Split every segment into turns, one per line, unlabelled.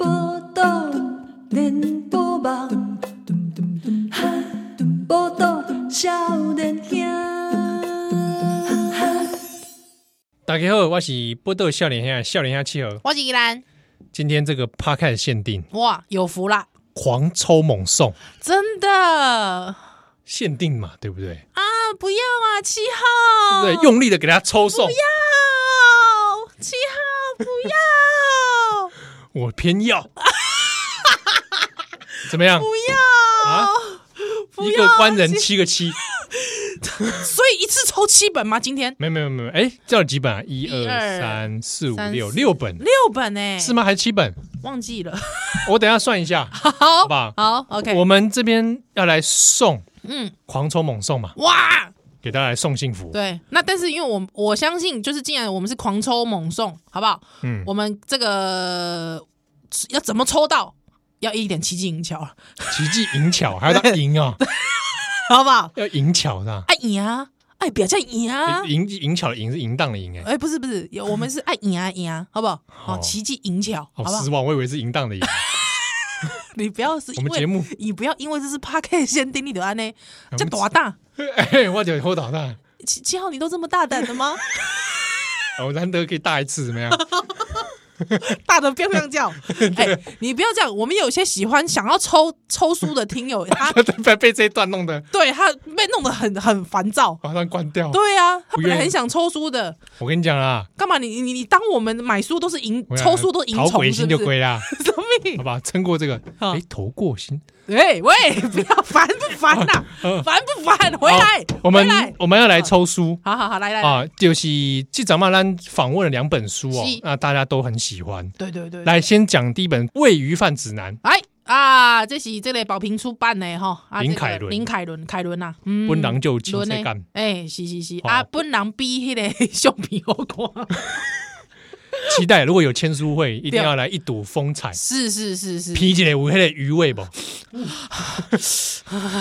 报道连波梦，报道少年兄。
大家好，我是波豆笑脸兄，笑脸兄七友。
我是依兰，
今天这个 podcast 限定
哇，有福啦，
狂抽猛送，
真的啊，
限定嘛，对不对？
不要啊，七号，
对，用力的给他抽送，
要七号，不 要，
我偏要。 怎么样？
不要，
啊
不
一
要
个
啊
官人七个七，
所以一次抽七本吗？今天
没有没有没有，哎，这有几本啊？一
一
二
二
三四五
三
六
四
六本
六本哎、
是？吗？还是七本？
忘记了，
我等一下算一下，好
好
不好？
好，OK，
我们这边要来送
嗯，
狂抽猛送嘛，
哇，
给大家来送幸福。
对，那但是因为我我相信，就是既然我们是狂抽猛送，好不好？
嗯
我们这个要怎么抽到，要一点奇技淫巧，
奇技淫巧，还要他赢啊，
好不好？
要淫巧是吧？
爱赢啊，爱表现赢啊。
淫淫巧的淫是淫荡的淫，哎，
哎，不是不是，有我们是爱赢啊赢啊，好不好？
好
好，奇迹赢巧，
好
好不好
失？望，我以为是淫荡的淫。
你不要是
我
因
们节
为
目，
你不要因为这是 p a r k 限定，你就安呢，
我
这
们
多大？
哎，我就后倒蛋，
七七号你都这么大胆的吗？
我难得可以大一次，怎么样？
大的彪彪叫，哎，你不要这样。我们有些喜欢想要抽抽书的听友，他
被被这一段弄得
对他被弄得很很烦躁。
马上关掉。
对啊，他
哦不
本来
愿意
很想抽书的，
我跟你讲啦，
干嘛你？你你你当我们买书都是赢
我跟你讲
抽书都是赢
逃
虫
鬼
是
心
不？
就是鬼啦，
什么意
好吧，撑过这个。
好
哎，头过心。
喂喂，不要烦不烦呐、 烦不烦？回来
好，我们
回来
我们要来抽书
好好好，来来来，
啊，就是这咱们咱访问了两本书哦
是，
那大家都很喜欢。
对对对，
来，先讲第一本《喂鱼饭指南》，
来啊，这是这类宝瓶出版的哈，啊
林
这个
凯伦
林凯伦，凯伦呐，嗯
本人就青菜
伦
干
呢，哎，是是是，
哦
啊，本人比迄个相片好看，
期待如果有签书会，一定
对
要来一睹风采。
是是是是，
皮起来有迄个鱼味 不？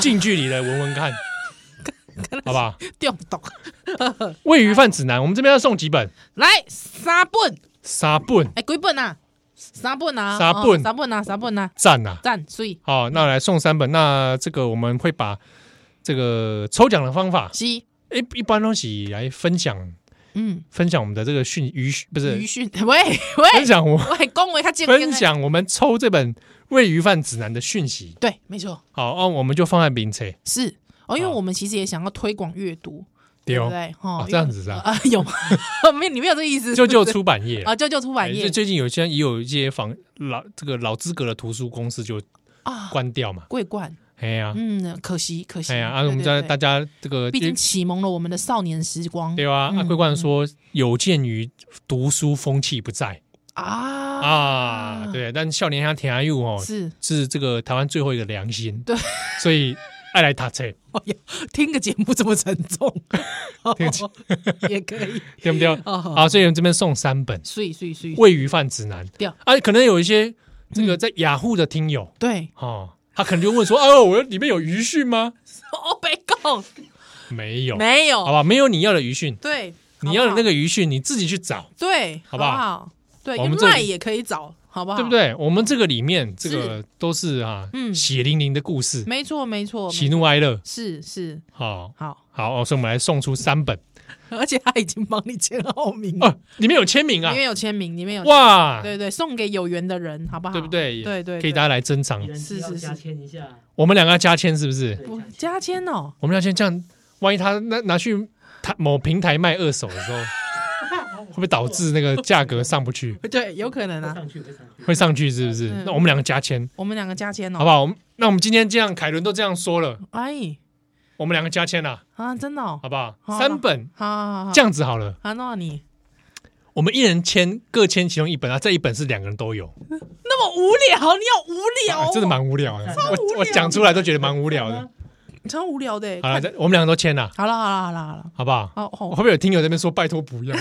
近距离的闻闻 看，好吧？
中毒，
喂鱼饭指南，我们这边要送几本？
来三本，
三本，
哎，几本啊？三本啊，
三
哦
本
三本啊，三本啊，
赞啊！
赞，水
好，那来送三本。那这个我们会把这个抽奖的方法，
是，
一一般都是来分享
嗯，
分享我们的这个讯鱼不是
余讯， 喂喂
分，享 我
喂，恭维他健康，
分享我们抽这本《喂鱼饭指南》的讯息。
对，没错。
好，哦，我们就放在名册。
是哦，因
好
为我们其实也想要推广阅读，
对
对
哦
不对？
哦
哦，
这样子是吧
啊，呃有吗？ 没有，你没有这个意思。
舅舅
是不
出版业
是啊，舅舅出
哎
版业
最最近有些也有一些仿老这个老资格的图书公司就
啊，
关掉嘛，
桂冠，
哎呀，
嗯，可惜，可惜。
哎呀，啊，
对
我们
对
家
对
大家这个
毕竟启蒙了我们的少年时光
对啊，
嗯
阿桂冠说有鉴于读书风气不在
啊
啊，对，但少年他田阿佑哦
是
是这个台湾最后一个良心，
对，
所以爱来塔车，
听个节目这么沉重，
听个节
也可以
对不对？
哦。
啊，所以我们这边送三本《
所以，所以，所以，
喂鱼饭指南》
对嗯
啊，可能有一些这个在雅虎的听友
对，
哦，他可能就问说， 哦，我里面有鱼讯吗？
哦，被告
没有，
没
好
有，
吧，没有你要的鱼讯，
对，
你要的那
个
个鱼讯你自己去找，
对，
好不
好不
好
好？对，
我
用
们这里
line 也可以找，好不好？
对不？对？我们这个里面这个都是啊，
嗯
血淋淋的故事，
没错，没错，
喜怒哀乐，
是是
好
好，
好，哦所以我们来送出三本
而且他已经帮你签好名了，
哦，里面有签名啊
嗯里，面有签名，里面有，
哇，
对对，送给有缘的人，好不好？
对不对？
对对，
可以大
家
家来珍藏。
是是是
加签一下，
我们两个要加签是不是？
我加签哦，
我们要先这样，万一他拿拿去他某平台卖二手的 时候，会不会导致那个价格上不去，
对，有可能啊，
上去非常
会上去是不是？
嗯
那我们两个加签，
我们两个加签哦，
好不
吧？
好？我们那我们今天这样，凯伦都这样说了，
哎
我们两个加签啦，
啊，真的哦，
好不好？
好
三本
好好好，
这样子好了，
啊，那你
我们一人签各签其中一本啊，这一本是两个人都有，
那么无聊，你好无
啊
聊，
真的，蛮无聊的。我我
聊
讲出来都觉得蛮无聊的。
超无聊哦的。
好
看
了，我们两个都签了，啊
好了好了好了好了，
好不好？
好
会
好，
不会有听友在那边说拜托不 要？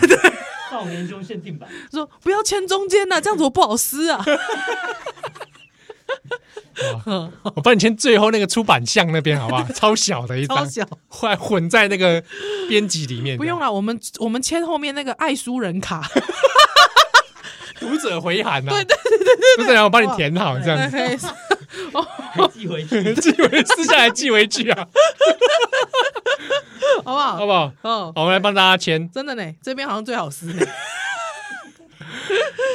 少年兄限定版，
啊 说不要签中间呐，这样子我不好撕啊。
我帮你签最后那个出版项那边好不 好？超小的一
超
张，
小，
混混在那个编辑里面，
不用了，我们我们签后面那个爱书人 卡，
读者回函呐、啊，对对对对对，然后我帮你填好这样子，
对
还寄回去。
寄回私下来寄回去啊，
好不好？
好不好？好，
嗯，
我们来帮大家签，
真的呢，这边好像最好撕，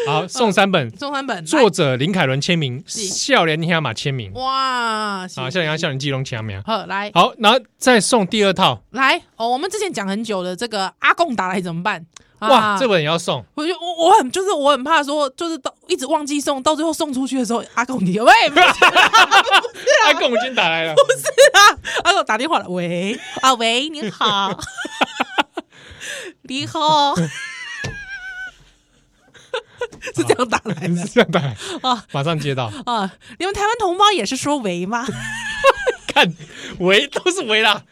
好，送三本，
中三本
作者林凯伦签名，
是
笑脸天马签名
来，哇，
啊，笑脸笑脸基隆签名，
好来
好，然后再送第二套，
来哦，我们之前讲很久的这个阿贡打来怎么办？
哇，这
我
本也要 送，
我就我我很就是我很怕说就是到一直忘记送，到最后送出去的时候，阿贡你 喂，不是
阿贡已经打来了，
啊，阿贡打电话了，喂啊喂，你好，你好，是这样打来的
是 这样打来
啊
马上接到，
啊？你们台湾同胞也是说喂吗？
看喂都是喂啦，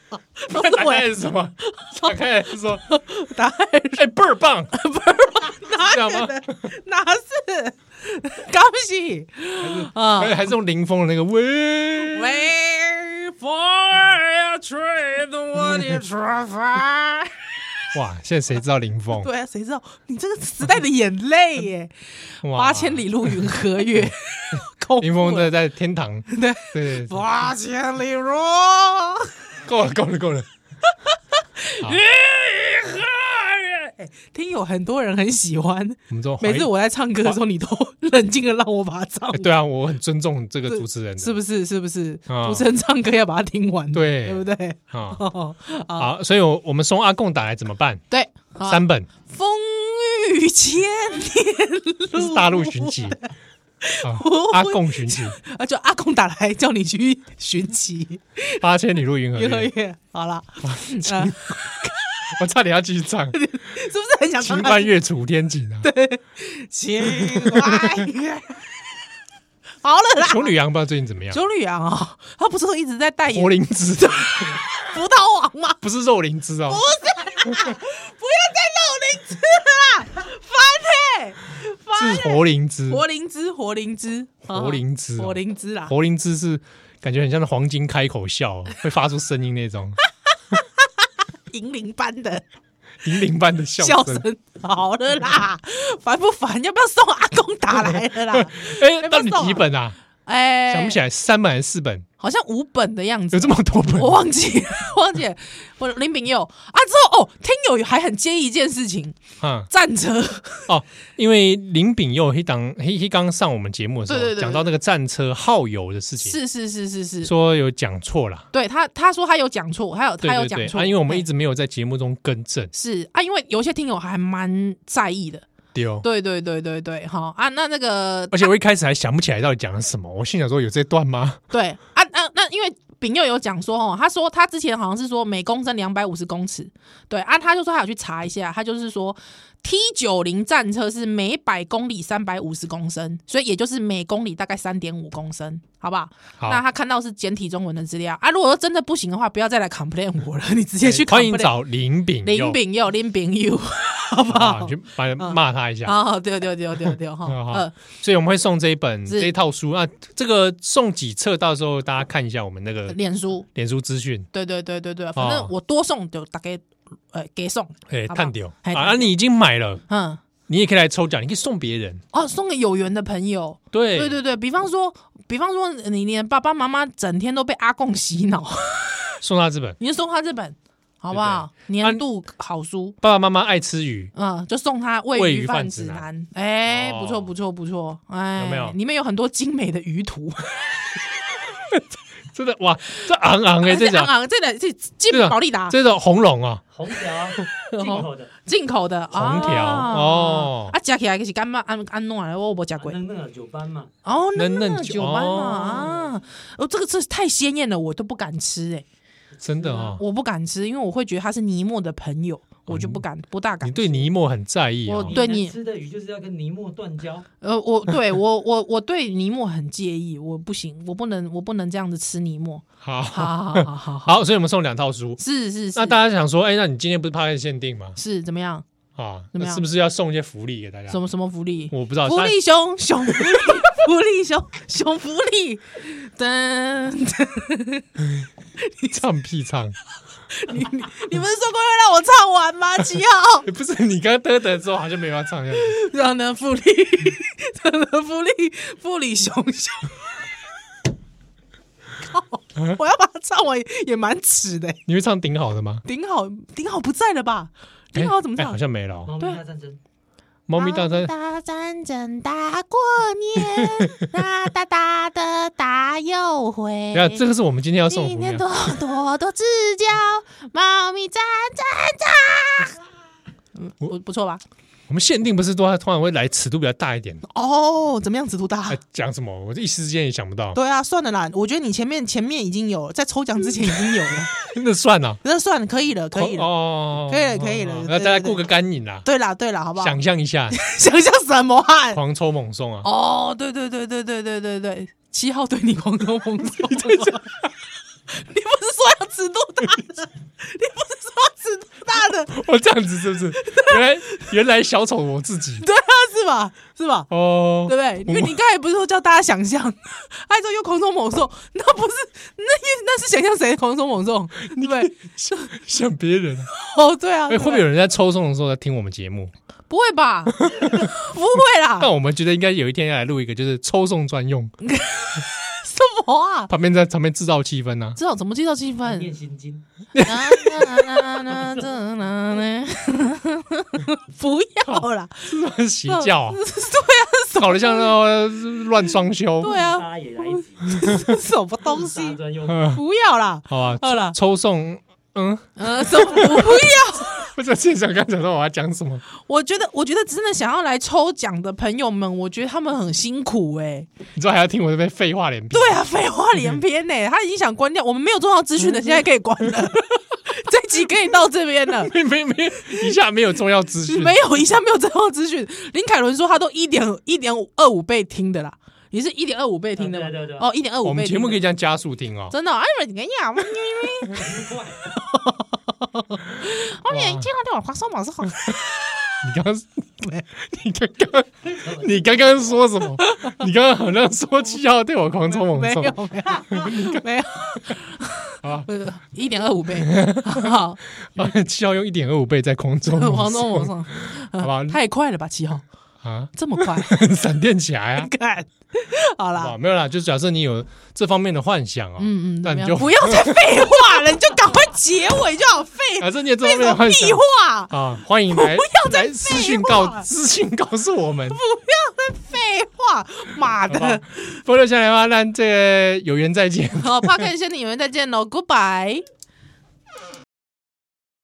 都是
打开
喂，啊
是什么？打开来是说，
打开
哎，倍儿棒，倍儿棒，这样吗？
哪是？ 恭喜啊！
还还是用林峰的那个喂
Wait for a tree, the one you try.
哇，现在谁知道林峰？
对啊，谁知道你这个时代的眼泪耶？
哇
八千，里路云 和月，恐怖
林峰在在天堂，
对
对，对
八千 里路
够了够了够了，
云和月。哎听有很多人很喜欢，
我们这种怀疑
每次我在唱歌的时候，你都冷静的让我把它唱
哎
完。
对啊，我很尊重这个主持人的，
是不是？是不是？
啊
主持人唱歌要把它听完，
对
对不对？
啊？
哦，啊，
好，所以我我们送阿贡打来怎么办？
对，啊好
三 本，
风雨千年
这是大陆寻 迹，啊阿贡寻迹，
啊，就阿公打来叫你去寻奇
八千里路云和
越喝
月，
越好啦，啊，
我差点要继续唱，
是不是很想
秦
唱
半月楚天景啊，
情怀月？哎好了啦，
熊女羊不知道最近怎么样，
九吕昂啊，他不是一直在代言
活灵 芝
葡萄王吗？
不是肉灵芝哦，
不要再露灵芝了啦，烦嘿，烦
是
欸！
活灵芝，
活灵芝，活灵芝，啊
活灵芝哦
活灵芝啦，
活灵芝是感觉很像是黄金开口笑， 会发出声音那 种
银铃般的
银铃般的笑
笑
声
声。。好了啦，烦不烦？要不要送阿公打来 了啦？
哎，
要不要
到底
送
几
啊
本啊？
哎，
想不起来，三本还是四本？
好像五本的样子
有，这么多本？
我忘记了， 忘记了我林炳佑啊，之后哦，听友还很介意一件事情，
啊
战车，
哦，因为林炳佑黑当黑黑刚上我们节目的时
对对
候，
对对
讲到那个战车耗油的事情，
是是是是是，
说有讲错啦。
对他他说他有讲错，他有
对
他有
对
讲
对，
错，
啊，因为我们
对
一直没有在节目中更正，
是啊，因为有些听友还蛮在意的，
丢。
对对对对对，好啊，那那个
而且我一开始还想不起来到底讲了什么，我心想说有这段 吗？
对啊啊，那因为炳佑有讲说哦，他说他之前好像是说每公升两百五十公尺，对啊，他就说他有去查一下，他就是说 T 九零战车是每百公里三百五十公升，所以也就是每公里大概三点五公升，好不好？
好
那他看到是简体中文的资料啊，如果说真的不行的话，不要再来 complain 我了， 你直接去 complain
欢迎找林炳佑
林炳佑，林炳佑， 好不
啊，
好
你？去把骂他一下。
啊，对对对对 对哈，
好
呃，
所以我们会送这一本
是
这一套书啊，这个送几册，到时候大家看一下我们那个
脸书，
脸书资讯，
对对对对对，反正
哦
我多送就大概呃给送，
哎，
好不好
探丢
哎
啊，你已经买了，
嗯。
你也可以来抽奖，你可以送别人，
哦，送给有缘的朋友，
对
对对对，比方说，比方说，你连爸爸妈妈整天都被阿贡洗脑，
送他这本。
你就送他这本，好不好？年度
啊
好书，
爸爸妈妈爱吃鱼，
嗯，就送他《
喂
喂
鱼
鱼
饭
饭
指
指
南
南》。哎，不
哦
错不错不错，哎，
有没有
里面有很多精美的鱼图，
真的哇，这昂昂哎，这
这
种
昂昂，这个是金
这种
宝利达
这种红龙啊，
红条进 口的，
进口的
红条哦
啊，加起来就是干嘛安安诺来，我没加过
啊那那个酒班嘛，
哦，那
嫩
那
嫩
个
酒
酒吧
哦
嘛啊，哦，这个真是太鲜艳了，我都不敢吃哎。
真的哦，
我不敢吃，因为我会觉得他是尼莫的朋友，我就不敢，不大敢
你
吃。
对尼莫很在意哦
我，
你
对
能
你
吃的鱼就是要跟尼莫断交，
呃，我对我我我对尼莫很介意，我不行，我不能，我不能这样子吃尼莫。
好
好好好好好好，
好，所以我们送两套书。
是是是，
那大家想说，哎，那你今天不是趴开限定吗？
是怎么样？
啊，
怎么
那
样
是不是要送一些福利给大家
什？么什么福利？
我不知道，
福
但
利熊熊福利，福利熊熊福利，噔！
唱屁唱！
你你你不是说过要让我唱完吗？七号，
欸不是你刚刚得得之后好像没有要唱这样子，
让人福利， 让人福利，福利熊熊。
啊
靠！我要把它唱完也也蛮耻的、
你会唱顶好的吗？
顶好顶好不在了吧？顶好怎么
哎
唱？
哎好像没了哦。
猫咪
啊
大战争，
猫咪大战
大战争，大过 年，大大大的大又回。
等一哎下，这个是我们今天要送
今
福啊
天
喵。
多多多指教，猫咪战战战。
不不错吧？
我们限定不是都通常会来尺度比较大一点？
哦，怎么样，尺度大
哎？，讲什么？我这一时之间也想不到。
对啊，算了啦，我觉得你前面前面已经有了，在抽奖之前已经有了，
那算了，
那算了，可以了，可以了。
哦，
可以了可以了
那
对
大家
对
过个干瘾啦，
对啦，对啦，好不好？
想象一下，
想象什么啊？
狂抽猛送啊！
哦，对对对对对对对对，七号对你狂 抽狂抽，你不是 说要尺度大的， 你不是说要尺度大的，
哦，这样子是不是？原来原来小丑我自己
对啊，是吧？是吧？
哦，
对不对？因为你刚才不是说叫大家想象，还说又狂抽猛兽，那不是那因为那是想象谁狂抽猛兽，对不对？
像别人啊。
哦，对啊，
哎，会不会
对
有人在抽送的时候在听我们节目？
不会吧？ 不会啦，
但我们觉得应该有一天要来录一个，就是抽送专用，
什么啊？
旁边在旁边制造气氛啊。
这种怎么制造气氛？
念心经，
不要啦，
邪教啊，
对啊，
搞得像那乱双修。
对啊，
杀也来一集，
什么东
杀
西？
专用。
嗯，
不要啦，
好啊，
好啦，
抽送，嗯，
呃，什么 不要？
我在现场刚讲到我要讲什么，
我觉得，我觉得真的想要来抽奖的朋友们，我觉得他们很辛苦哎、
你知道还要听我这边废话连篇。
对啊，废话连篇呢、欸他已经想关掉，我们没有重要资讯的，现在可以关 了。这集可以到这边了，
没没没，一下没有重要资讯，
没有一下没有重要资讯。林凯伦说他都一点一点二五倍听的啦，你是一点二五倍听的吗
啊对啊对啊？对
哦，一点二
我
五倍听
们节
的。
目可以这样加速听哦。
真的、哦，哎，你们 呀，我们我们见到我花生毛是好，
你刚刚，你刚刚，你刚刚说什么？你刚刚好像说七号对我狂抽猛
没有
冲
没有没有，
啊
不是一点二五倍， 好，
啊！七号用一点二五倍在空中
黄
猛
忠我
冲
上，
好吧
太快了吧，七号
嗯啊，
这么 快，
闪电侠呀！
看，好啦
啊，。没有啦，就假设你有这方面的幻想啊，
嗯嗯，
那
怎
你
么样
就
不要再废话了，你就赶快结尾就好， 废
假设你有这
废
方
什
面的
么
幻
屁
想
话，
啊，欢迎来
不要再
来私讯
废话
告 私信告诉我们，
废话，妈
好不好
的！？
波多下来吧，那这个有缘再见。
好，帕克先你们再见喽，Goodbye。